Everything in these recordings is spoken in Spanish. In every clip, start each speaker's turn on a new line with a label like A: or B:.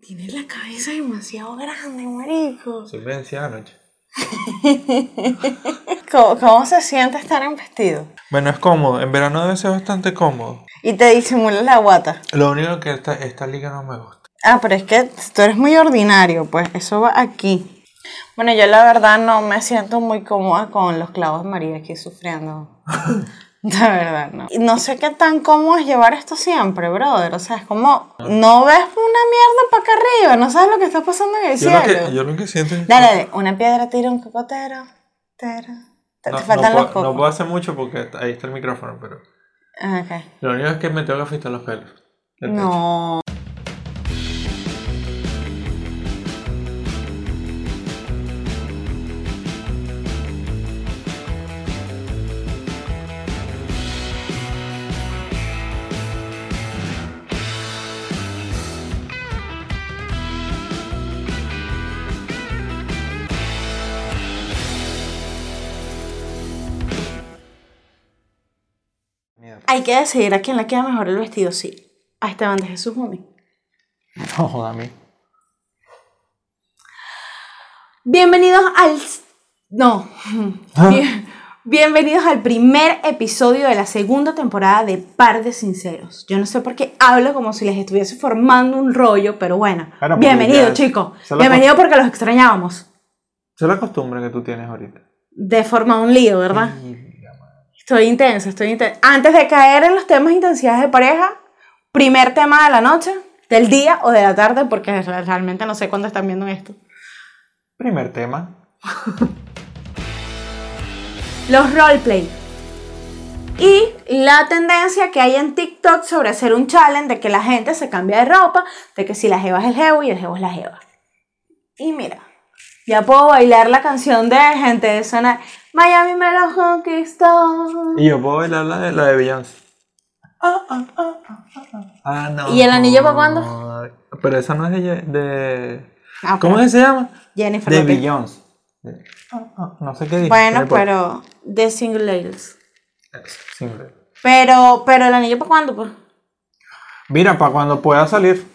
A: Tienes la cabeza demasiado grande, marico.
B: Soy vencida anoche.
A: ¿Cómo, cómo se siente estar en vestido?
B: Bueno, es cómodo. En verano debe ser bastante cómodo.
A: Y te disimula la guata.
B: Lo único que esta, esta liga no me gusta.
A: Ah, pero es que tú eres muy ordinario, pues eso va aquí. Bueno, yo la verdad no me siento muy cómoda con los clavos de María aquí sufriendo. De verdad, no. Y no sé qué tan cómodo es llevar esto siempre, brother. O sea, es como, no ves una mierda para acá arriba, no sabes lo que está pasando en el
B: Yo
A: cielo.
B: lo, que, yo lo que siento es...
A: Dale, dale, una piedra tira un cocotero. Tera. Te,
B: No,
A: te faltan
B: no
A: los
B: puedo,
A: cocos.
B: no puedo hacer mucho porque está- ahí está el micrófono, pero...
A: Ah, ok.
B: Lo único es que me tengo que afeitar los pelos. El pecho.
A: No. Hay que decidir a quién le queda mejor el vestido, sí. A Esteban de Jesús o a mí.
B: No, joda a mí.
A: Bienvenidos al. No.
B: Ah.
A: Bien- Bienvenidos al primer episodio de la segunda temporada de Par de Sinceros. Yo no sé por qué hablo como si les estuviese formando un rollo, pero bueno.
B: Claro, porque
A: Bienvenido,
B: pues ya-
A: chicos.
B: se lo-
A: Bienvenido porque los extrañábamos.
B: Esa es la costumbre que tú tienes ahorita.
A: De forma un lío, ¿verdad?
B: Y-
A: Estoy intensa, estoy intensa. Antes de caer en los temas de intensidades de pareja, primer tema de la noche, del día o de la tarde, porque realmente no sé cuándo están viendo esto.
B: Primer tema.
A: los roleplay. Y la tendencia que hay en TikTok sobre hacer un challenge de que la gente se cambia de ropa, de que si la jeva es el jevo y el jevo es la jeva. Y mira, ya puedo bailar la canción de gente de zona Miami me lo conquistó.
B: Y yo puedo bailar la de, la de Beyoncé. Ah, no.
A: ¿Y el anillo para cuándo?
B: Pero esa no es de... de-
A: Ah,
B: ¿Cómo es que se llama?
A: Jennifer
B: De
A: Lopez.
B: Beyoncé. De- ah, ah, No sé qué dije.
A: Bueno,
B: ¿qué le
A: pero de single ladies.
B: puedo- Simple.
A: Pero, pero el anillo para cuándo, pues.
B: Mira, para cuando pueda salir.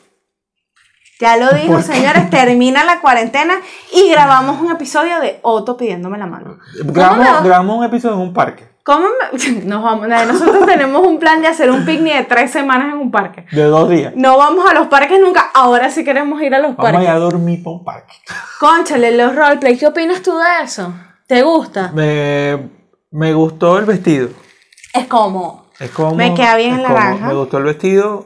A: Ya lo dijo, señores, termina la cuarentena y grabamos un episodio de Otto pidiéndome la mano.
B: Grabamos,
A: me va?
B: grabamos un episodio en un parque.
A: ¿Cómo me- Nos vamos, nada, nosotros tenemos un plan de hacer un picnic de tres semanas en un parque.
B: De dos días.
A: No vamos a los parques nunca, ahora sí queremos ir a los
B: Vamos a ir
A: parques.
B: a dormir para un parque.
A: Conchale, los roleplay, ¿qué opinas tú de eso? ¿Te gusta?
B: Me, me gustó el vestido.
A: Es como...
B: Es como.
A: Me queda bien
B: es
A: en la
B: como-
A: naranja.
B: Me gustó el vestido.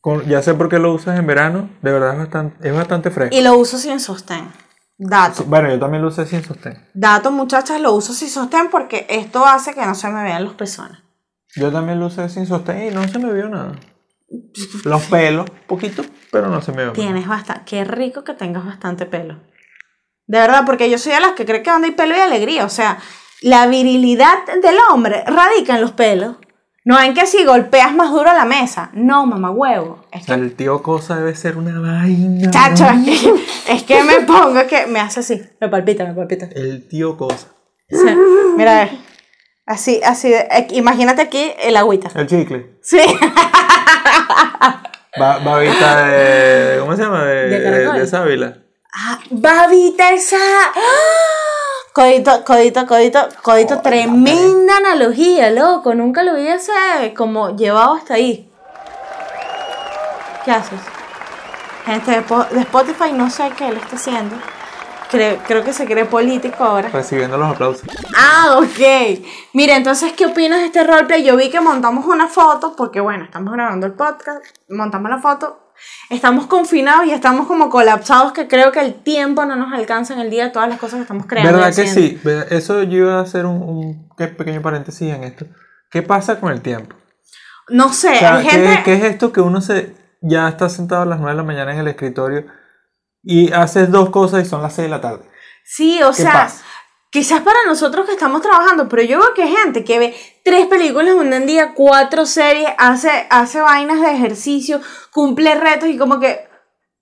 B: con- ya sé por qué lo usas en verano. De verdad es bastante, es bastante fresco.
A: Y lo uso sin sostén. Dato.
B: Bueno, yo también lo usé sin sostén.
A: Dato, muchachas, lo uso sin sostén porque esto hace que no se me vean los pezones.
B: Yo también lo usé sin sostén y no se me vio nada. Los pelos, poquito, pero no se me vio. nada.
A: Tienes bastante... Qué rico que tengas bastante pelo. De verdad, porque yo soy de las que cree que donde hay pelo y alegría. O sea, la virilidad del hombre radica en los pelos. No en que si golpeas más duro la mesa. No, mamá huevo. Es que,
B: O sea, el tío Cosa debe ser una vaina.
A: chacho, es que, es que me pongo, es que me hace así. Me palpita, me palpita.
B: El tío Cosa.
A: O sea, mira, a ver. Así, así. de- eh, imagínate aquí el agüita.
B: El chicle.
A: Sí.
B: Va, babita de. ¿Cómo se llama? De,
A: De caracol.
B: sábila.
A: Ah, babita esa. ¡Ah! Codito, codito, codito, codito. Tremenda analogía, loco. Nunca lo hubiese como llevado hasta ahí. ¿Qué haces? Gente de, po- de Spotify no sé qué él está haciendo. Creo, creo que se cree político ahora.
B: Recibiendo los aplausos.
A: Ah, ok. Mira, entonces, ¿qué opinas de este roleplay? Yo vi que montamos una foto, porque bueno, estamos grabando el podcast, montamos la foto, estamos confinados y estamos como colapsados, que creo que el tiempo no nos alcanza en el día de todas las cosas que estamos creando. y
B: ¿Verdad que
A: haciendo.
B: sí? ¿Verdad? Eso yo iba a hacer un, un que- pequeño paréntesis en esto. ¿Qué pasa con el tiempo?
A: No sé,
B: O sea,
A: hay
B: ¿qué,
A: Eh, gente...
B: qué es esto que uno se ya está sentado a las 9 de la mañana en el escritorio y haces dos cosas y son las 6 de la tarde?
A: Sí, o
B: ¿Qué
A: sea,
B: pasa?
A: quizás para nosotros que estamos trabajando, pero yo veo que hay gente que ve tres películas en un día, cuatro series, hace, hace vainas de ejercicio, cumple retos y como que...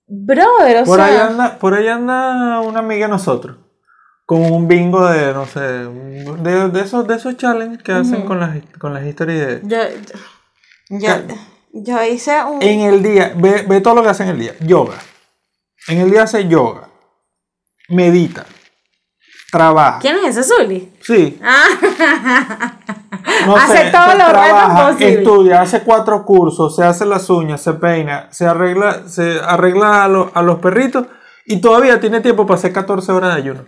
A: Brother, o
B: Por,
A: sea...
B: ahí anda, por ahí anda una amiga de nosotros con un bingo de, no sé, un- de, de esos, de esos challenges que hacen con las, con las historias de...
A: Yo, yo, yo hice un...
B: En el día, ve, ve todo lo que hace en el día. Yoga, En el día hace yoga, medita, trabaja.
A: ¿Quién es ese Zuli?
B: Sí. No
A: Ah. Hace
B: sé,
A: todos
B: se
A: los retos
B: trabaja,
A: posibles.
B: Estudia, hace cuatro cursos, se hace las uñas, se peina, se arregla, se arregla a, lo- a los perritos y todavía tiene tiempo para hacer 14 horas de ayuno.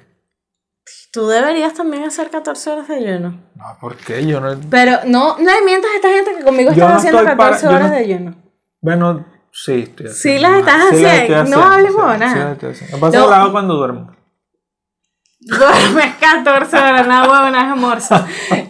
A: Tú deberías también hacer 14 horas de ayuno.
B: No, ¿por qué? Yo no.
A: Pero no, no le mientas a esta gente que conmigo
B: Yo
A: están
B: no
A: haciendo
B: estoy para-
A: 14
B: yo
A: horas
B: no-
A: de ayuno.
B: Bueno, sí, estoy
A: Sí
B: haciendo
A: las
B: mal.
A: estás
B: Sí las
A: haciendo.
B: estoy
A: No hables
B: sí,
A: huevonadas.
B: sí las estoy haciendo. Me pasa
A: No.
B: que la hago cuando duermo.
A: Duermes 14 horas, nada huevo, nada almuerzo.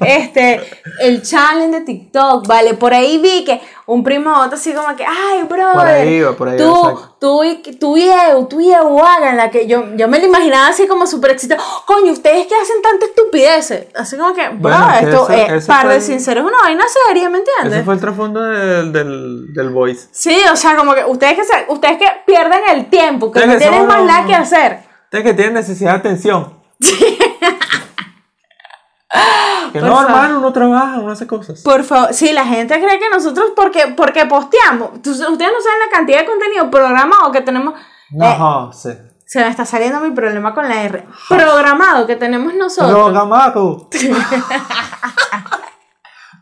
A: Este, el challenge de TikTok, vale. Por ahí vi que un primo o otro así como que, ay, brother.
B: Por ahí va, por ahí va,
A: Tú,
B: exacto.
A: tú y tú y eu, tú y eu, háganla. Que yo, yo me lo imaginaba así como súper excitado. Coño, ¿ustedes qué hacen tanta estupidez? Así como que, bro,
B: Bueno, que
A: esto
B: ese-
A: es
B: ese
A: par
B: fue
A: de
B: el-
A: sinceros, es una vaina seria, ¿me entiendes?
B: Ese fue el trasfondo del, del, del voice.
A: Sí, o sea, como que ustedes que, se- ustedes que pierden el tiempo, que
B: Ustedes
A: no
B: que
A: tienen
B: son-
A: más nada que hacer.
B: Ustedes que tienen necesidad de atención. que
A: Por
B: no,
A: favor.
B: hermano, uno trabaja, uno hace cosas.
A: Por favor, sí, la gente cree que nosotros, porque, porque posteamos, tú- ustedes no saben la cantidad de contenido programado que tenemos. Eh,
B: No, sí.
A: se me está saliendo mi problema con la R. Programado que tenemos nosotros.
B: Los gamacos.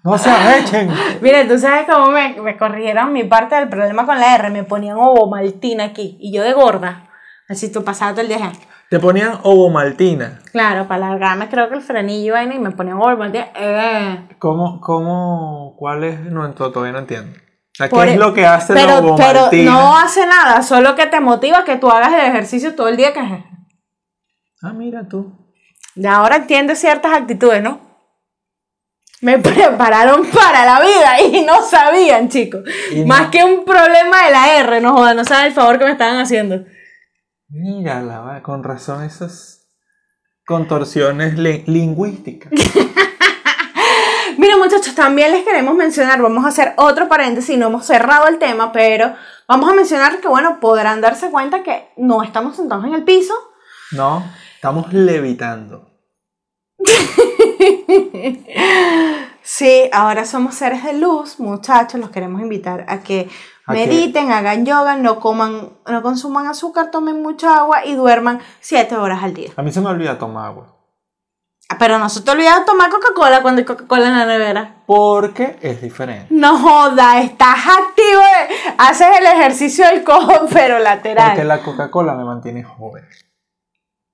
B: no se arrechen.
A: Mira, tú sabes cómo me, me corrigieron mi parte del problema con la R. Me ponían ovo maltina aquí y yo de gorda. Así tú pasaba todo el día.
B: Te ponían ovomaltina.
A: Claro, para alargarme creo que el frenillo y vaina, y me ponían ovo maltina. Eh.
B: ¿Cómo, cómo, cuál es? No, ento- todavía no entiendo. O sea, ¿qué
A: Por- e-
B: es lo que hace la
A: pero,
B: ovomaltina?
A: Pero no hace nada, solo que te motiva que tú hagas el ejercicio todo el día. Que...
B: Ah, mira tú.
A: Y ahora entiendes ciertas actitudes, ¿no? Me prepararon para la vida y no sabían, chicos.
B: Y no.
A: Más que un problema de la R, no jodan, no saben el favor que me estaban haciendo.
B: Mira la va- con razón esas contorsiones li- lingüísticas.
A: Mira, muchachos, también les queremos mencionar, vamos a hacer otro paréntesis, no hemos cerrado el tema, pero vamos a mencionar que, bueno, podrán darse cuenta que no estamos sentados en el piso,
B: No, estamos levitando.
A: Sí, ahora somos seres de luz, muchachos, los queremos invitar a que
B: ¿A qué?
A: mediten, hagan yoga, no coman, no consuman azúcar, tomen mucha agua y duerman 7 horas al día.
B: A mí se me olvida tomar agua.
A: Ah, Pero no se te olvida tomar Coca-Cola cuando hay Coca-Cola en la nevera.
B: Porque es diferente.
A: No joda, estás activo, de- haces el ejercicio del cojo, pero lateral.
B: Porque la Coca-Cola me mantiene joven.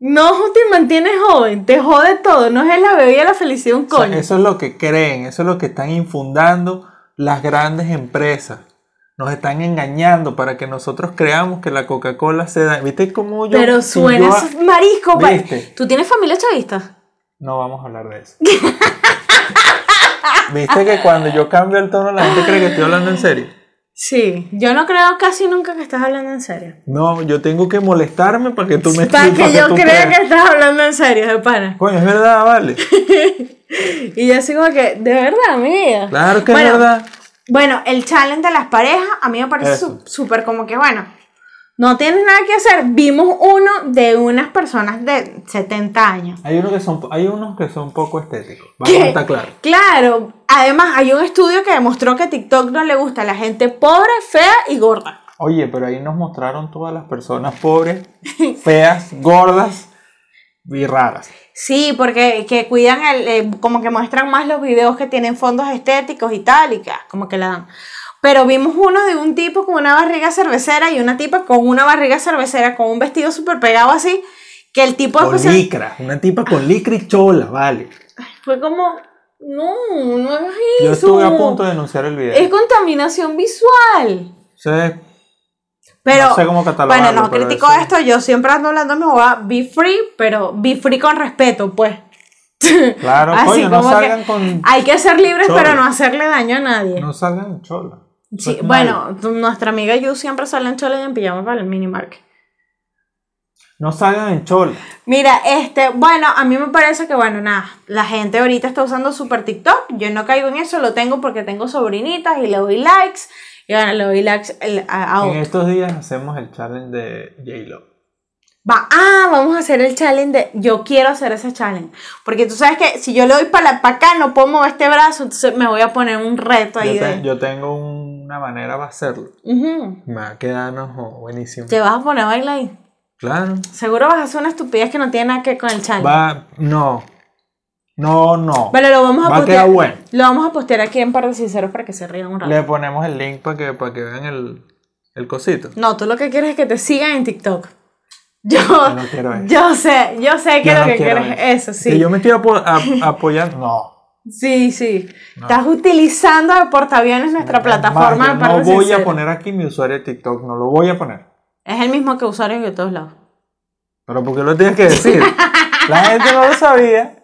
A: No te mantienes joven, te jode todo, no es la bebida la felicidad un
B: O sea,
A: coño.
B: eso es lo que creen, eso es lo que están infundando las grandes empresas. Nos están engañando para que nosotros creamos que la Coca-Cola se da. ¿Viste cómo yo?
A: pero
B: si
A: suena
B: yo a-
A: ese marisco, pa-
B: ¿Viste?
A: ¿Tú tienes familia chavista?
B: No vamos a hablar de eso. ¿Viste que cuando yo cambio el tono la gente cree que estoy hablando en serio?
A: Sí, yo no creo casi nunca que estás hablando en serio.
B: No, yo tengo que molestarme para que tú me
A: Para
B: para
A: que yo
B: tú
A: crea
B: creas.
A: que estás hablando en serio, de pana.
B: Coño, es verdad, vale.
A: Y yo así como que, de verdad, mi vida.
B: Claro que
A: Bueno,
B: es verdad.
A: Bueno, el challenge de las parejas a mí me parece
B: Eso.
A: su- súper como que, bueno, no tienes nada que hacer. Vimos uno de unas personas de 70 años.
B: Hay, uno que son, hay unos que son poco estéticos. Vamos a estar claros.
A: Claro, además hay un estudio que demostró que TikTok no le gusta a la gente pobre, fea y gorda.
B: Oye, pero ahí nos mostraron todas las personas pobres, feas, gordas y raras.
A: Sí, porque que cuidan el, eh, como que muestran más los videos que tienen fondos estéticos y tal, y que ah, como que la dan. Pero vimos uno de un tipo con una barriga cervecera y una tipa con una barriga cervecera con un vestido súper pegado así, que el tipo
B: Con
A: después se-
B: licra. Una tipa con licra y chola, vale.
A: fue como, no, no hagas eso.
B: Yo estuve a punto de denunciar el video.
A: Es contaminación visual.
B: Sí,
A: Pero,
B: No sé cómo catalogarlo,
A: bueno, no
B: pero
A: critico
B: eso-
A: esto, yo siempre ando hablando mi abogada, be free, pero be free con respeto, pues.
B: Claro,
A: Ah,
B: coño, no salgan con-
A: Hay que ser libres,
B: Sorry.
A: pero no hacerle daño a nadie.
B: no salgan en chola.
A: Sí,
B: Pues,
A: bueno, tu- nuestra amiga Yu siempre sale en chola y en pijama para el minimarket.
B: No salgan en chola.
A: Mira, este, bueno, a mí me parece que, bueno, nada, la gente ahorita está usando super TikTok, yo no caigo en eso, lo tengo porque tengo sobrinitas y le doy likes, y bueno, le doy likes el- a, a
B: En
A: otro.
B: estos días hacemos el challenge de J-Lo.
A: Va, ah, vamos a hacer el challenge de, yo quiero hacer ese challenge, porque tú sabes que si yo le doy para, para acá no puedo mover este brazo, entonces me voy a poner un reto ahí
B: Yo, te-
A: de...
B: yo tengo una manera para hacerlo.
A: Ujú.
B: Me va a quedar no, buenísimo.
A: Te vas a poner a bailar ahí.
B: Claro.
A: Seguro vas a hacer una estupidez que no tiene nada que ver con el chancho.
B: Va, no. No, no.
A: Bueno, lo vamos a
B: Va a
A: postear.
B: quedar bueno.
A: Lo vamos a postear aquí en Par de Sinceros para que se rían un rato.
B: Le ponemos el link para que, para que vean el, el cosito.
A: No, tú lo que quieres es que te sigan en TikTok. Yo,
B: no quiero eso.
A: yo sé, yo sé que
B: Yo
A: lo
B: no
A: que
B: quiero
A: quieres es
B: eso.
A: eso, sí.
B: Que yo me estoy apo- a- apoyando. No.
A: Sí, sí. Estás utilizando de portaaviones nuestra plataforma
B: Más,
A: de
B: yo
A: Par
B: no
A: de
B: voy
A: Sinceros.
B: a poner aquí mi usuario de TikTok, no lo voy a poner.
A: Es el mismo que usuarios de todos lados.
B: Pero ¿por qué lo tienes que decir? La gente no lo sabía,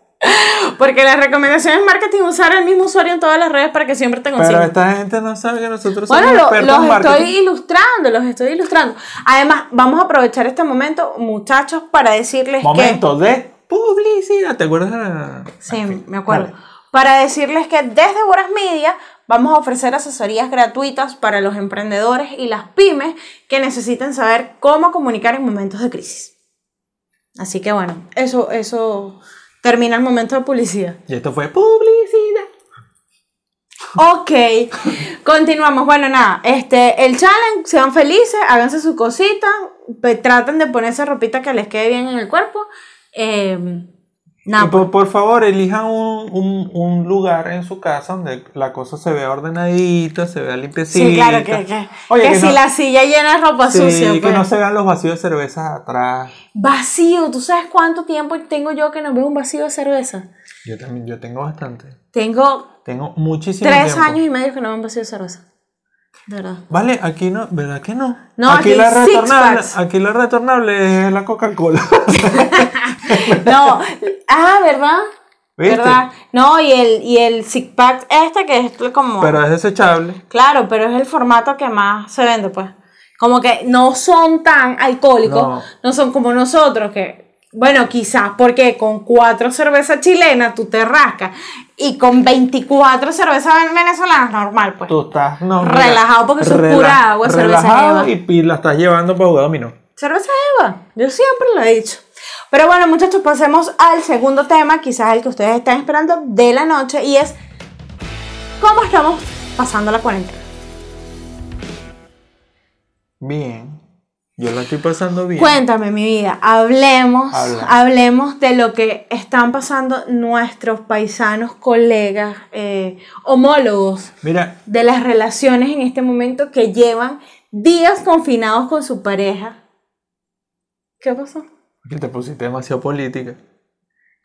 A: Porque la recomendación es marketing usar el mismo usuario en todas las redes para que siempre te
B: pero
A: consigan.
B: esta gente no sabe que nosotros somos
A: Bueno, lo-
B: expertos en
A: los
B: marketing.
A: estoy ilustrando, los estoy ilustrando. Además, vamos a aprovechar este momento, muchachos, para decirles que...
B: Momento de publicidad, ¿te acuerdas? de la-
A: Sí,
B: En fin,
A: me acuerdo.
B: vale.
A: Para decirles que desde Boras Media vamos a ofrecer asesorías gratuitas para los emprendedores y las pymes que necesiten saber cómo comunicar en momentos de crisis. Así que bueno, eso, eso termina el momento de publicidad.
B: Y esto fue publicidad.
A: Ok, continuamos. Bueno, nada, este, el challenge, sean felices, háganse su cosita, pe- traten de ponerse ropita que les quede bien en el cuerpo. Eh, nada, pues,
B: Y por, por favor, elijan un, un- un lugar en su casa donde la cosa se vea ordenadita, se vea limpiecita.
A: Sí, claro, que, que,
B: Oye,
A: que
B: pues, que
A: si
B: no-
A: la silla llena de ropa
B: Sí,
A: sucia.
B: que
A: pues.
B: no se vean los vacíos de cerveza atrás.
A: Vacío, ¿tú sabes cuánto tiempo tengo yo que no veo un vacío de cerveza?
B: Yo también, yo tengo bastante.
A: Tengo
B: Tengo muchísimo
A: tres
B: tiempo.
A: años y medio que no veo un vacío de cerveza. De verdad.
B: Vale, aquí no, ¿verdad que no?
A: No, aquí
B: la
A: six
B: retornable,
A: packs.
B: aquí la retornable es la Coca-Cola.
A: No, ah, ¿verdad?
B: ¿Viste?
A: ¿Verdad? No, y el, y el six pack este que es como...
B: Pero es desechable.
A: Claro, pero es el formato que más se vende, pues. Como que no son tan alcohólicos, no,
B: No.
A: son como nosotros, que, bueno, quizás porque con cuatro cervezas chilenas tú te rascas y con 24 cervezas ven- venezolanas normal, pues.
B: Tú estás no,
A: Relajado, porque eso es pura agua, cerveza
B: relajado
A: lleva.
B: y, y la estás llevando para jugar dominó.
A: Cerveza Eva, yo siempre lo he dicho. Pero bueno, muchachos, pasemos al segundo tema, quizás el que ustedes están esperando de la noche, y es cómo estamos pasando la cuarentena.
B: Bien. Yo la estoy pasando bien.
A: Cuéntame, mi vida, hablemos,
B: Habla.
A: hablemos de lo que están pasando nuestros paisanos, colegas, eh, homólogos,
B: Mira,
A: de las relaciones en este momento que llevan días confinados con su pareja. ¿Qué pasó?
B: que te pusiste demasiado política.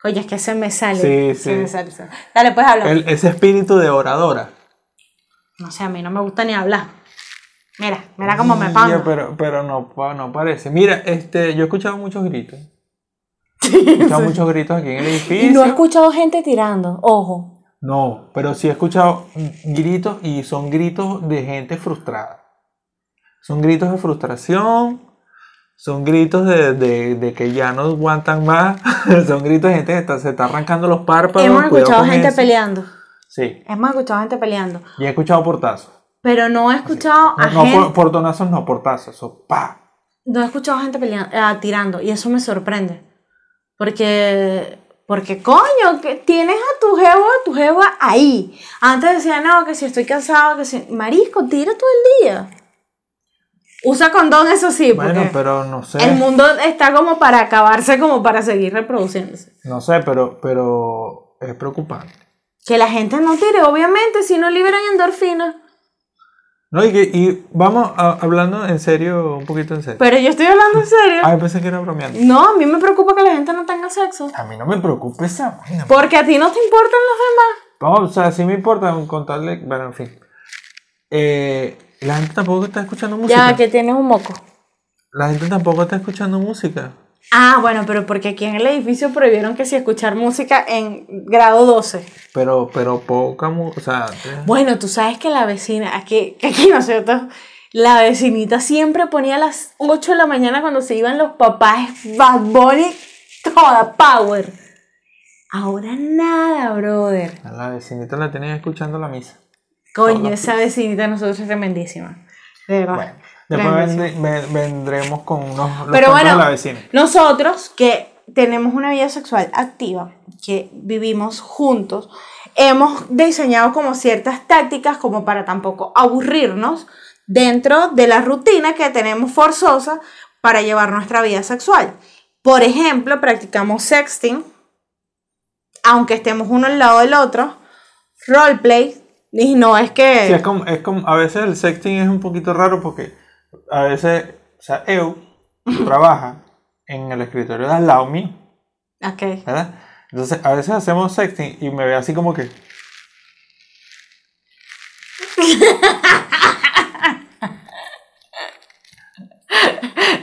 A: Oye, es que se me sale. se
B: Sí, sí.
A: me sale, se me- Dale, pues habla.
B: El- ese espíritu de oradora.
A: No sé, a mí no me gusta ni hablar. Mira, mira cómo me pongo.
B: Mm, Ya, pues, pero pero no, pa- no parece. Mira, este, yo he escuchado muchos gritos. He escuchado muchos gritos aquí en el
A: Y
B: edificio.
A: no he escuchado gente tirando, ojo.
B: No, pero sí he escuchado gritos y son gritos de gente frustrada. Son gritos de frustración, son gritos de, de- de que ya no aguantan más, son gritos de gente que está- se está arrancando los párpados.
A: Hemos
B: cuidado
A: escuchado
B: con
A: gente
B: eso.
A: peleando.
B: Sí,
A: Hemos escuchado gente peleando.
B: y he escuchado portazos.
A: Pero no he escuchado a
B: No,
A: gente.
B: por- portonazos, no, portazos. so, pa.
A: No he escuchado gente peleando, ah, tirando. Y eso me sorprende. Porque. Porque, coño, que tienes a tu jevo, a tu jeva ahí. Antes decía, no, que si estoy cansado, que si. Marisco, tira todo el día. Usa condón, eso sí, porque
B: Bueno, pero no sé.
A: el mundo está como para acabarse, como para seguir reproduciéndose.
B: No sé, pero, pero es preocupante.
A: Que la gente no tire, obviamente, si no liberan endorfinas.
B: No, y, que, y vamos a- hablando en serio, un poquito en serio.
A: Pero yo estoy hablando en serio.
B: Ay, pensé que era bromeando.
A: No, a mí me preocupa que la gente no tenga sexo.
B: A mí no me preocupa esa vaina.
A: Porque a ti no te importan los demás.
B: No, o sea, sí me importa contarle. Bueno, en fin. Eh, la gente tampoco está escuchando música.
A: Ya, que tienes un moco.
B: La gente tampoco está escuchando música.
A: Ah, bueno, pero porque aquí en el edificio prohibieron que si escuchar música en grado 12.
B: Pero, pero poca música. O sea, antes-
A: Bueno, tú sabes que la vecina, aquí, que aquí nosotros, la vecinita siempre ponía a las 8 de la mañana cuando se iban los papás Bad Bunny, toda power. Ahora nada, brother.
B: a la vecinita la tenían escuchando la misa.
A: Coño, esa vecinita de nosotros es tremendísima. De verdad.
B: Bueno, después
A: Tremendísima.
B: vend- ven- vendremos con unos los
A: Pero
B: cuentos
A: bueno, eh.
B: de la vecina.
A: nosotros que tenemos una vida sexual activa, que vivimos juntos, hemos diseñado como ciertas tácticas como para tampoco aburrirnos dentro de la rutina que tenemos forzosa, para llevar nuestra vida sexual. Por ejemplo, practicamos sexting, aunque estemos uno al lado del otro, roleplay, y no es que...
B: Sí, es como, es como, a veces el sexting es un poquito raro porque a veces, o sea, Eu trabaja en el escritorio de al lado mío,
A: Ok.
B: ¿verdad? Entonces, a veces hacemos sexting y me ve así como que...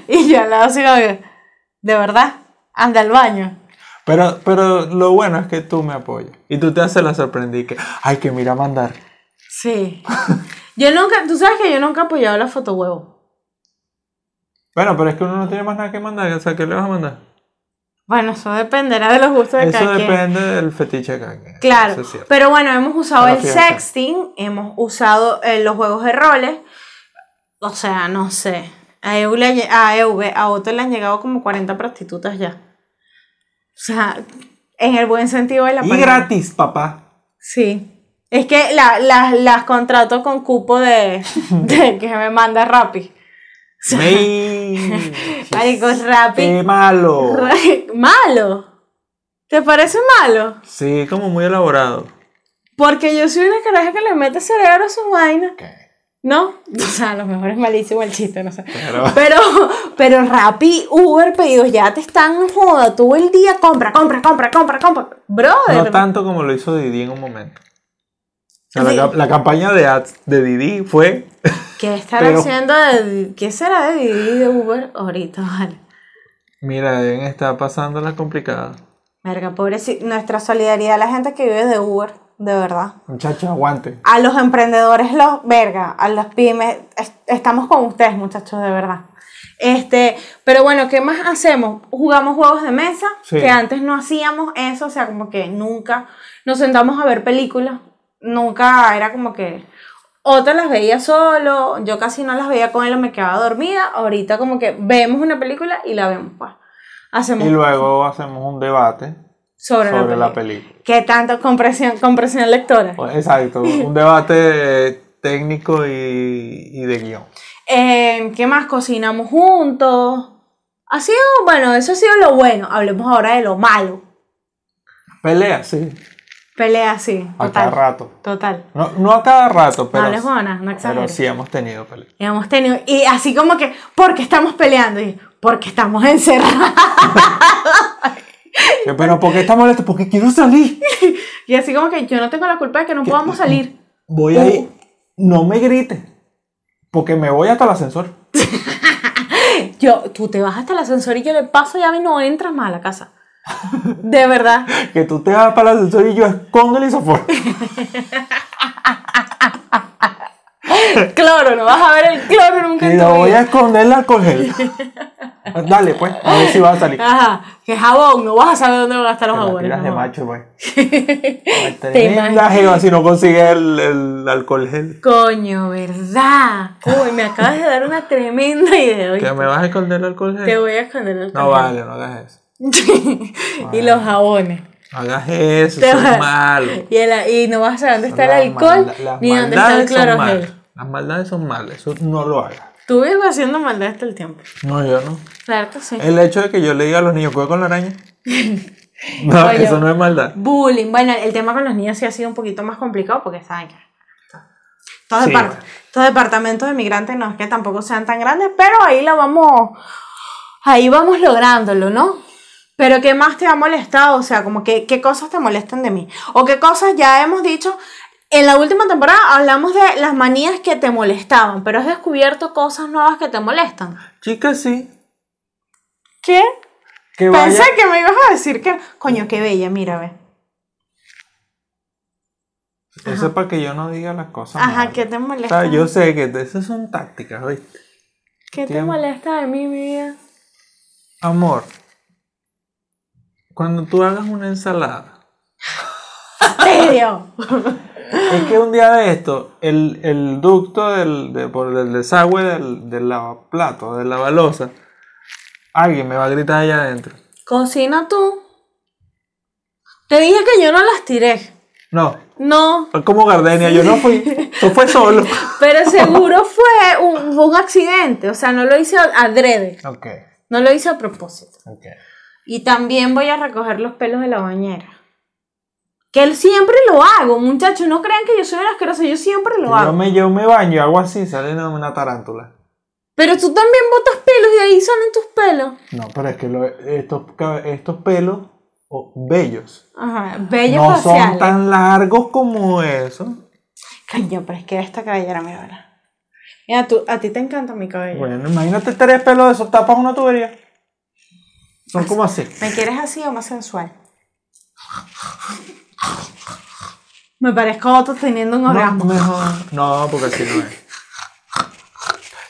A: Y yo al lado así como que, de verdad, anda al baño.
B: Pero, pero lo bueno es que tú me apoyas. Y tú te haces la sorprendida que, ay, que mira mandar.
A: Sí. Yo nunca, tú sabes que yo nunca he apoyado la foto huevo.
B: Bueno, pero es que uno no tiene más nada que mandar. O sea, ¿qué le vas a mandar?
A: Bueno, eso dependerá de los gustos de
B: Eso
A: cada quien.
B: depende del fetiche de cada quien. Eso
A: Claro,
B: es cierto.
A: pero bueno, hemos usado
B: Pero
A: el
B: fíjate.
A: sexting, hemos usado eh, los juegos de roles, o sea, no sé, a EU, le ha lle- a, EU a Otto le han llegado como 40 prostitutas ya. O sea, en el buen sentido de la
B: Y
A: palabra.
B: gratis, papá.
A: Sí. Es que la- las- las contrato con cupo de, de que me manda Rappi.
B: ¡Ey!
A: Marico, Rappi.
B: ¡Qué malo!
A: Malo. ¿Te parece malo?
B: Sí, como muy elaborado.
A: Porque yo soy una caraja que le mete cerebro a sus vainas.
B: Ok.
A: ¿No? O sea, a lo mejor es malísimo el chiste, no sé.
B: Pero,
A: Pero, pero Rappi, Uber, pedidos ya te están joda todo el día. Compra, compra, compra, compra, compra. Brother.
B: no tanto como lo hizo Didi en un momento. O sea,
A: Sí.
B: la, cap- la campaña de ads de Didi fue
A: ¿Qué estará
B: Pero-
A: haciendo de- ¿Qué será de Didi y de Uber ahorita, vale?
B: Mira, deben estar pasando la complicada.
A: Verga, pobrecito. Nuestra solidaridad a la gente que vive de Uber, de verdad.
B: Muchacha, aguante.
A: A los emprendedores, los verga, a las pymes, es- estamos con ustedes, muchachos, de verdad. Este, pero bueno, ¿qué más hacemos? Jugamos juegos de mesa,
B: Sí.
A: que antes no hacíamos eso, o sea, como que nunca nos sentamos a ver películas, nunca era como que otras las veía solo, yo casi no las veía con él, me quedaba dormida, ahorita como que vemos una película y la vemos, pues. Hacemos
B: Y luego hacemos un debate
A: sobre,
B: sobre
A: la
B: la
A: película.
B: película.
A: ¿Qué tanto compresión, compresión lectora?
B: Exacto, un debate eh, técnico y, y de guión.
A: Eh, ¿Qué más cocinamos juntos? Ha sido, bueno, eso ha sido lo bueno. Hablemos ahora de lo malo.
B: Pelea, sí,
A: Pelea, sí.
B: a cada
A: Total.
B: rato.
A: Total.
B: No, no a cada rato,
A: No
B: pero,
A: hables buena, no
B: pero
A: exageres.
B: sí hemos tenido peleas.
A: Y hemos tenido, y así como que, porque estamos peleando? Y porque estamos encerrados.
B: Que, Pero ¿por qué está molesto? Porque quiero salir.
A: Y así como que yo no tengo la culpa de que no podamos salir.
B: Voy ahí,
A: Oh.
B: no me grites, porque me voy hasta el ascensor.
A: Yo, tú te vas hasta el ascensor y yo le paso llave y no entras más a la casa. De verdad.
B: Que tú te vas para el ascensor y yo escondo el isopor.
A: Cloro, no vas a ver el cloro nunca
B: Y
A: en tu
B: lo voy
A: vida.
B: a esconder el alcohol gel. Dale, pues, a ver si va a salir.
A: Ajá, que jabón, no vas a saber dónde van a estar los
B: Te la
A: jabones.
B: tiras de
A: Ah, no.
B: macho, pues.
A: imaginas?
B: Tremenda jeva si no consigues el, el alcohol gel.
A: Coño, ¿verdad? Uy, me acabas de dar una tremenda idea.
B: ¿Que
A: ¿oíste?
B: me vas a esconder el alcohol
A: Te
B: gel?
A: voy a esconder el
B: No vale, no hagas eso.
A: y los jabones.
B: No hagas eso,
A: Te
B: eso
A: va-
B: es malo.
A: Y, el- y no vas a saber dónde está el
B: Las
A: alcohol
B: malda- las
A: ni dónde está el
B: maldades son
A: clorogel.
B: malas. Las maldades son malas, eso no lo hagas.
A: Tú vives haciendo maldad todo el tiempo.
B: No, yo no.
A: Claro que sí.
B: El hecho de que yo le diga a los niños, cuidado con la araña. No,
A: Oye.
B: eso no es maldad.
A: Bullying. Bueno, el tema con los niños sí ha sido un poquito más complicado porque saben que. Estos,
B: Sí,
A: depart-
B: bueno.
A: estos departamentos de migrantes no es que tampoco sean tan grandes, pero ahí la vamos. Ahí vamos lográndolo, ¿no? Pero ¿qué más te ha molestado? O sea, como que, qué cosas te molestan de mí. O qué cosas ya hemos dicho. En la última temporada hablamos de las manías que te molestaban, pero has descubierto cosas nuevas que te molestan.
B: Chicas, sí.
A: ¿Qué?
B: Que
A: Pensé
B: vaya,
A: que me ibas a decir que. Coño, qué bella, mira, ve.
B: Eso es para que yo no diga las cosas.
A: Ajá,
B: malas.
A: ¿qué te
B: O
A: molesta?
B: sea, yo sé que te- esas son tácticas, ¿viste?
A: ¿Qué te
B: Tiene-
A: molesta de mí, mi vida?
B: Amor, cuando tú hagas una ensalada,
A: ¡Serio!
B: es que un día de esto, el, el ducto del, de- por- del desagüe del, del lavaplato, de la balosa, alguien me va a gritar allá adentro.
A: Cocina tú. Te dije que yo no las tiré.
B: No,
A: No,
B: Como Gardenia, yo no fui. Eso fue solo.
A: pero seguro fue un, fue un accidente, o sea, no lo hice adrede,
B: Ok,
A: no lo hice a propósito.
B: ok.
A: Y también voy a recoger los pelos de la bañera. Que él siempre lo hago, muchachos, no crean que yo soy una asquerosa, yo siempre lo
B: Yo
A: hago.
B: me, yo me baño, hago así, sale una, una tarántula.
A: Pero tú también botas pelos y de ahí salen tus pelos.
B: No, pero es que lo- estos, cab- estos pelos o bellos
A: Ajá, bellos
B: no son
A: faciales.
B: tan largos como eso.
A: Coño, pero es que esta cabellera me duele. Mira, tú, a ti te encanta mi cabello.
B: Bueno, imagínate tres pelos de esos, tapas una tubería. Son como así.
A: ¿Me quieres así o más sensual? Me parezco a otro teniendo un
B: No,
A: orgasmo.
B: mejor. No, porque así no es.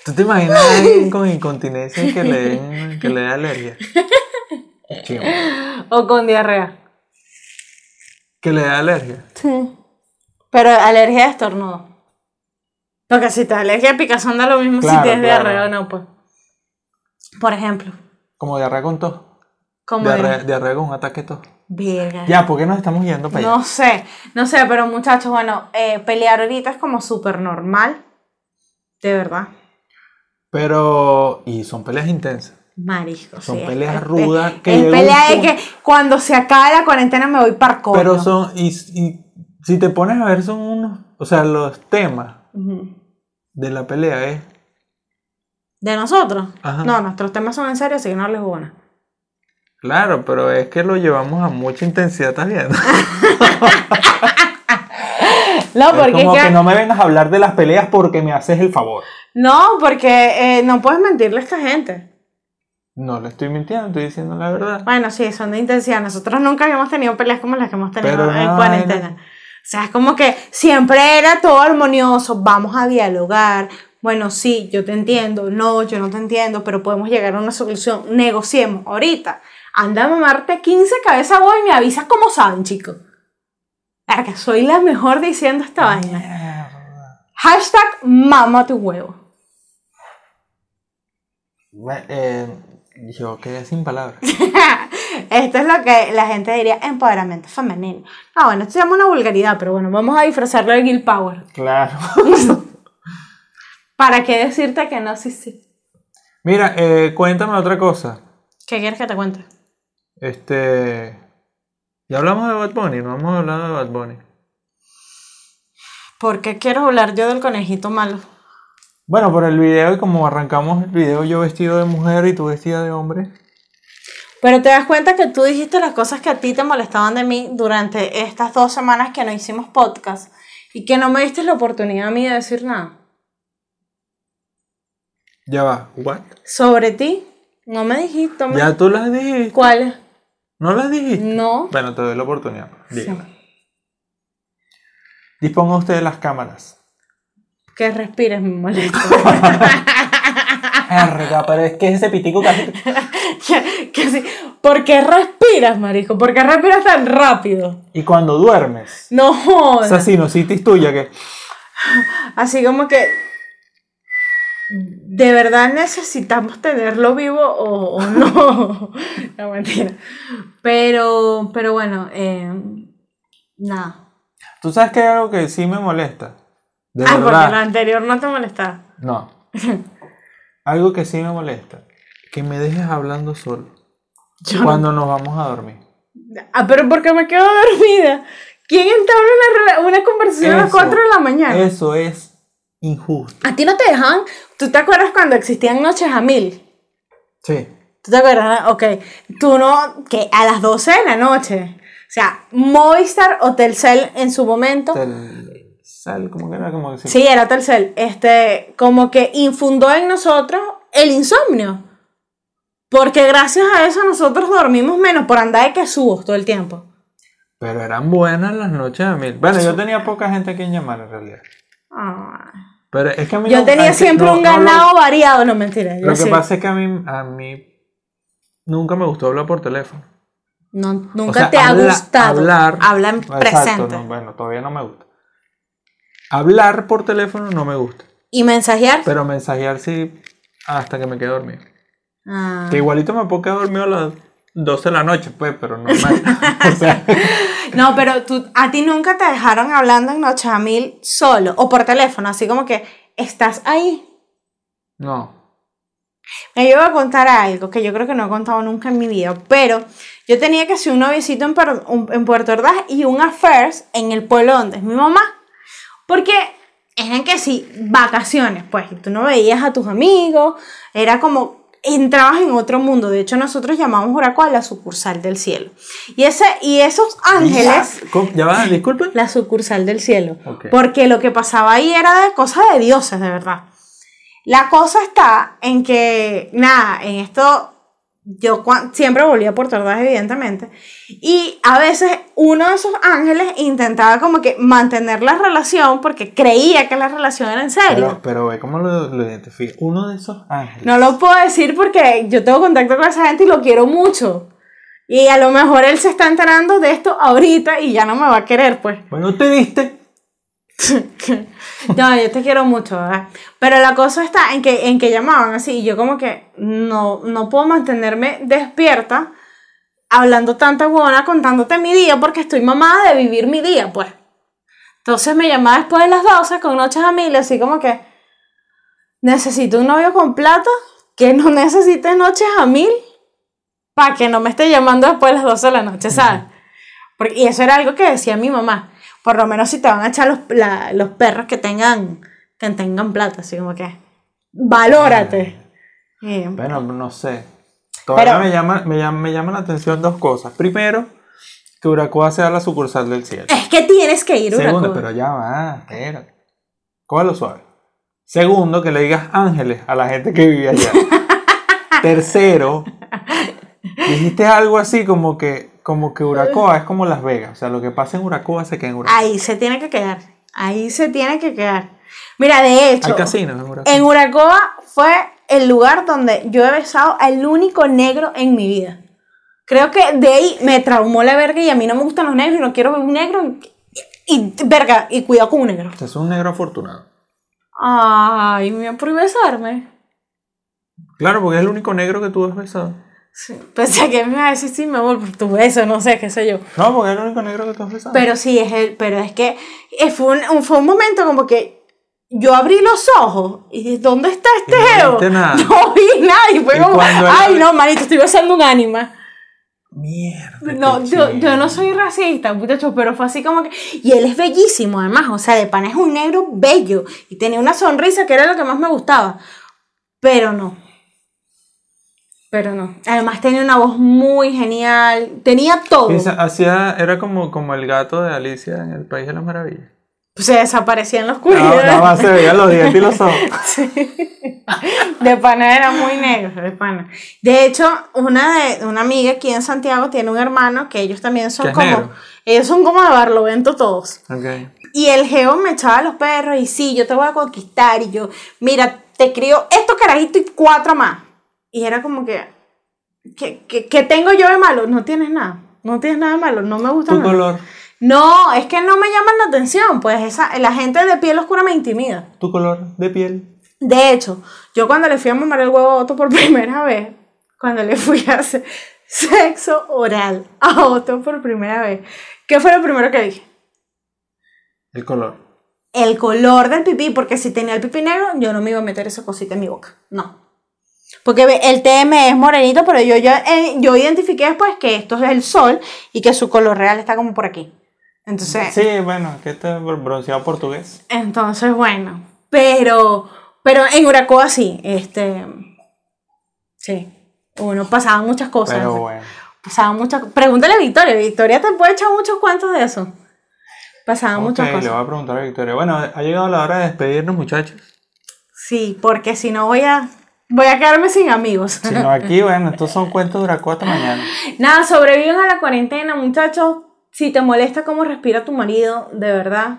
B: ¿Tú te imaginas a alguien con incontinencia que le den- que le dé alergia? Chimbo.
A: O con diarrea.
B: Que le dé alergia.
A: Sí. Pero alergia de estornudo. Porque si te da alergia a picazón da lo mismo
B: Claro,
A: si tienes
B: claro.
A: diarrea o no, pues. Por ejemplo.
B: Como diarrea con tos.
A: Como
B: Diarrea, diarrea con un ataque de tos.
A: Verga.
B: Ya, ¿por qué nos estamos yendo para allá?
A: No sé, no sé, pero muchachos, bueno, eh, pelear ahorita es como súper normal. De verdad.
B: Pero. Y son peleas intensas.
A: Marisco.
B: Son
A: sí, es-
B: peleas
A: es-
B: rudas
A: es-
B: que
A: Es
B: llega un
A: pelea de
B: punto-
A: que cuando se acabe la cuarentena me voy para coño.
B: Pero son. Y, y si te pones a ver, son unos. O sea, los temas
A: Ujú.
B: de la pelea es.
A: ¿De nosotros?
B: Ajá.
A: No, nuestros temas son en serio, así que no les una.
B: Claro, pero es que lo llevamos a mucha intensidad, ¿estás viendo?
A: No, Ah,
B: Es
A: porque
B: como
A: es
B: que...
A: que- no...
B: no me vengas a hablar de las peleas porque me haces el favor.
A: porque eh, no puedes mentirle a esta gente.
B: No le estoy mintiendo, estoy diciendo la verdad.
A: Bueno, sí, son de intensidad. Nosotros nunca habíamos tenido peleas como las que hemos tenido
B: Pero
A: en
B: no,
A: cuarentena. O sea, es como que siempre era todo armonioso, vamos a dialogar. Bueno, sí, yo te entiendo, no, yo no te entiendo, pero podemos llegar a una solución, negociemos ahorita. Anda a mamarte 15 cabezas voy y me avisas como saben, chico. Verga, soy la mejor diciendo
B: Ah,
A: esta vaina. Hashtag mama tu huevo.
B: Me- eh, yo quedé sin palabras.
A: Esto es lo que la gente diría empoderamiento femenino. Ah, bueno, esto se llama una vulgaridad, pero bueno, vamos a disfrazarlo de Gil Power.
B: Claro.
A: ¿Para qué decirte que no? Sí, sí.
B: Mira, eh, cuéntame otra cosa.
A: ¿Qué quieres que te cuente?
B: Este. Ya hablamos de Bad Bunny, no hemos hablado de Bad Bunny.
A: ¿Por qué quiero hablar yo del conejito malo?
B: Bueno, por el video y como arrancamos el video yo vestido de mujer y tú vestida de hombre.
A: Pero te das cuenta que tú dijiste las cosas que a ti te molestaban de mí durante estas dos semanas que no hicimos podcast y que no me diste la oportunidad a mí de decir nada.
B: Ya va. ¿What?
A: Sobre ti, no me dijiste. hombre.
B: Ya tú las dijiste.
A: ¿Cuál?
B: ¿No las dijiste?
A: No.
B: Bueno, te doy la oportunidad. Dígame.
A: Sí.
B: Disponga usted de las cámaras.
A: Que respires, me molesta.
B: Verga, pero es que ese pitico casi.
A: que, que sí. ¿Por qué respiras, marisco? ¿Por qué respiras tan rápido?
B: Y cuando duermes.
A: No jodas.
B: Esa sinusitis tuya que.
A: Así como que. ¿De verdad necesitamos tenerlo vivo o, o no? no, mentira. Pero, pero bueno, eh, nada.
B: Tú sabes que hay algo que sí me molesta. De
A: Ah, porque
B: verdad.
A: lo anterior no te molestaba.
B: No. Algo que sí me molesta. Que me dejes hablando solo.
A: Yo no-
B: Cuando nos vamos a dormir.
A: Ah, pero porque me quedo dormida. ¿Quién entabla una, rela- una conversación a las
B: Eso-
A: 4 de la mañana?
B: Eso es injusto.
A: A ti no te dejaban. ¿Tú te acuerdas cuando existían noches a mil?
B: Sí.
A: ¿Tú te acuerdas? Ah, Ok. Tú no, que a las 12 de la noche. O sea, Movistar o Telcel en su momento.
B: Tel- Sal, como que era como que sí.
A: Sí, era Telcel. Este, como que infundó en nosotros el insomnio. Porque gracias a eso nosotros dormimos menos por andar de que subos todo el tiempo.
B: Pero eran buenas las noches a mí. Bueno, yo tenía poca gente a quien llamar en realidad.
A: Ah.
B: Pero es que a mí
A: Yo
B: no-
A: tenía
B: antes-
A: siempre
B: no-
A: un
B: no lo-
A: ganado variado, no mentira.
B: lo
A: yo
B: que
A: sí.
B: pasa es que a mí, a mí nunca me gustó hablar por teléfono.
A: No, nunca
B: O sea,
A: te ha
B: habla-
A: gustado.
B: Hablar.
A: Habla en
B: Exacto,
A: presente.
B: no, bueno, todavía no me gusta. Hablar por teléfono no me gusta.
A: Y mensajear.
B: Pero mensajear sí hasta que me quede dormido.
A: Ah.
B: Que igualito me puedo quedar dormido a las 12 de la noche, pues, pero normal. o sea,
A: No, pero tú, a ti nunca te dejaron hablando en Nochamil solo o por teléfono, así como que estás ahí.
B: No.
A: Me iba a contar algo que yo creo que no he contado nunca en mi vida, pero yo tenía que hacer un noviecito en, Puer- un- en Puerto Ordaz y un affairs en el pueblo donde es mi mamá. Porque eran que sí, vacaciones, pues, y tú no veías a tus amigos, era como entrabas en otro mundo. De hecho, nosotros llamamos Oraco a la sucursal del cielo. Y, ese, y esos ángeles,
B: ¿Cómo? Ya va, disculpen.
A: la sucursal del cielo.
B: Ok.
A: Porque lo que pasaba ahí era de cosas de dioses, de verdad. La cosa está en que, nada, en esto yo cua- siempre volvía por tardas, evidentemente, y a veces uno de esos ángeles intentaba como que mantener la relación porque creía que la relación era en serio.
B: Pero, pero ve cómo lo, lo identifica. Uno de esos ángeles.
A: No lo puedo decir porque yo tengo contacto con esa gente y lo quiero mucho. Y a lo mejor él se está enterando de esto ahorita y ya no me va a querer, pues.
B: Bueno, te viste.
A: No, yo te quiero mucho, ¿verdad? Pero la cosa está en que, en que llamaban así y yo como que no, no puedo mantenerme despierta hablando tanta huevona, contándote mi día porque estoy mamada de vivir mi día, pues. Entonces me llamaba después de las 12 con noches a mil, así como que necesito un novio con plata que no necesite noches a mil para que no me esté llamando después de las 12 de la noche, ¿sabes? Porque- y eso era algo que decía mi mamá. Por lo menos si te van a echar los, la- los perros que tengan, que tengan plata, así como que, valórate. Y-
B: Bueno, no sé. Todavía
A: Pero-
B: me, llama, me, llama, me llama la atención dos cosas. Primero, que Uracoa sea la sucursal del cielo.
A: es que tienes que ir una
B: Segundo,
A: cosa.
B: pero ya va, espérate. Cógelo suave. Segundo, que le digas ángeles a la gente que vivía allá. Tercero, dijiste algo así como que, como que Uracoa es como Las Vegas. O sea, lo que pasa en Uracoa se queda en Uracoa.
A: Ahí se tiene que quedar. Ahí se tiene que quedar. Mira, de hecho,
B: Hay casinos en Uracoa.
A: en Uracoa fue el lugar donde yo he besado al único negro en mi vida. Creo que de ahí me traumó la verga y a mí no me gustan los negros y no quiero ver un negro. Y, y- verga, y cuidado con un negro.
B: Es un negro afortunado.
A: Ay, me por besarme.
B: Claro, porque es el único negro que tú has besado.
A: Sí, Pensé que me iba a decir sí, me amor, por tu beso, no sé, qué sé yo.
B: No, porque es el único negro que tú has besado.
A: Pero sí, es el, pero es que eh, fue un, un- fue un momento como que yo abrí los ojos y dije, ¿dónde está este
B: Y no
A: geo?
B: viste nada.
A: No vi nada y fue
B: Y
A: como,
B: cuando él-
A: ay no, manito, estoy besando un ánima.
B: Mierda.
A: No,
B: qué
A: yo,
B: chimbo.
A: yo no soy racista, muchachos, pero fue así como que... Y él es bellísimo, además, o sea, de pan es un negro bello y tenía una sonrisa que era lo que más me gustaba, pero no. Pero no. Además tenía una voz muy genial, tenía todo.
B: Esa- hacía, era como, como el gato de Alicia en el País de las Maravillas.
A: Se desaparecía en la
B: No,
A: oscuridad.
B: nada más se veían los dientes y los ojos.
A: De pana era muy negro, de pana. De hecho, una de una amiga aquí en Santiago tiene un hermano que ellos también son
B: Que es
A: como
B: negro.
A: ellos son como de Barlovento todos.
B: Ok.
A: Y el geo me echaba los perros y sí, yo te voy a conquistar y yo, mira, te crío estos carajitos y cuatro más. Y era como que ¿qué, qué, qué tengo yo de malo? No tienes nada. No tienes nada de malo, no me gusta
B: Tu
A: nada.
B: color,
A: No, es que no me llaman la atención, pues esa la gente de piel oscura me intimida.
B: tu color de piel.
A: De hecho, yo cuando le fui a mamar el huevo a Otto por primera vez, cuando le fui a hacer sexo oral a Otto por primera vez, ¿qué fue lo primero que dije?
B: El color.
A: El color del pipí, porque si tenía el pipí negro, yo no me iba a meter esa cosita en mi boca. No. Porque ve, el TM es morenito, pero yo, ya, eh, yo identifiqué después que esto es el sol y que su color real está como por aquí. Entonces,
B: Sí, bueno, que este es bronceado portugués.
A: entonces bueno. Pero, pero en Uracoa sí, este. Sí. Uno pasaba muchas cosas.
B: Pero bueno.
A: Pasaban muchas co- Pregúntale a Victoria. Victoria te puede echar muchos cuentos de eso. Pasaban
B: Ok,
A: muchas
B: le
A: cosas.
B: voy a preguntar a Victoria. Bueno, ha llegado la hora de despedirnos, muchachos.
A: Sí, porque si no voy a. Voy a quedarme sin amigos.
B: Si no, aquí, bueno, estos son cuentos de Uracó hasta mañana.
A: Nada, sobreviven a la cuarentena, muchachos. Si te molesta cómo respira tu marido, de verdad,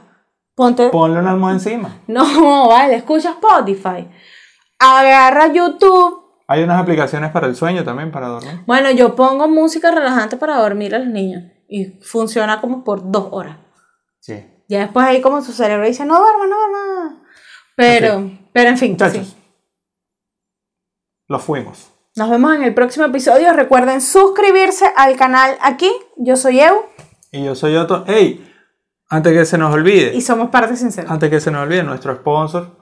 A: ponte.
B: Ponle una almohada encima.
A: no, vale, escucha Spotify. Agarra YouTube.
B: Hay unas aplicaciones para el sueño también, para dormir.
A: Bueno, yo pongo música relajante para dormir a los niños. Y funciona como por dos horas.
B: Sí.
A: Ya después ahí como su cerebro dice, no duerma, no duerma. Pero, pero en fin,
B: Muchachos,
A: sí.
B: los fuimos.
A: Nos vemos en el próximo episodio. Recuerden suscribirse al canal aquí. Yo soy Eu.
B: Y yo soy Otto. ¡Ey! Antes que se nos olvide.
A: Y somos parte sincera.
B: Antes que se nos olvide, nuestro sponsor.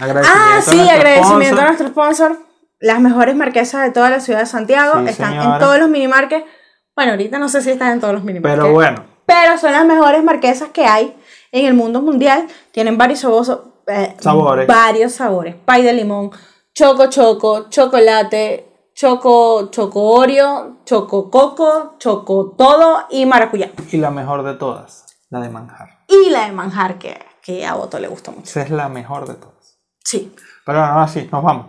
B: Agradecimiento
A: Ah,
B: a
A: sí,
B: nuestro
A: agradecimiento
B: sponsor.
A: a nuestro sponsor. Las mejores marquesas de toda la ciudad de Santiago
B: Sí,
A: están
B: señora.
A: en todos los minimarques. Bueno, ahorita no sé si están en todos los minimarques.
B: Pero bueno,
A: Pero son las mejores marquesas que hay en el mundo mundial. Tienen varios sabos- eh,
B: Sabores.
A: Varios sabores. Pay de limón, choco choco, chocolate, choco choco oreo, choco coco, choco todo y maracuyá.
B: y la mejor de todas, la de manjar.
A: Y la de manjar que, que a Boto le gusta mucho.
B: Esa es la mejor de todas.
A: Sí.
B: Pero bueno, ahora sí, nos vamos.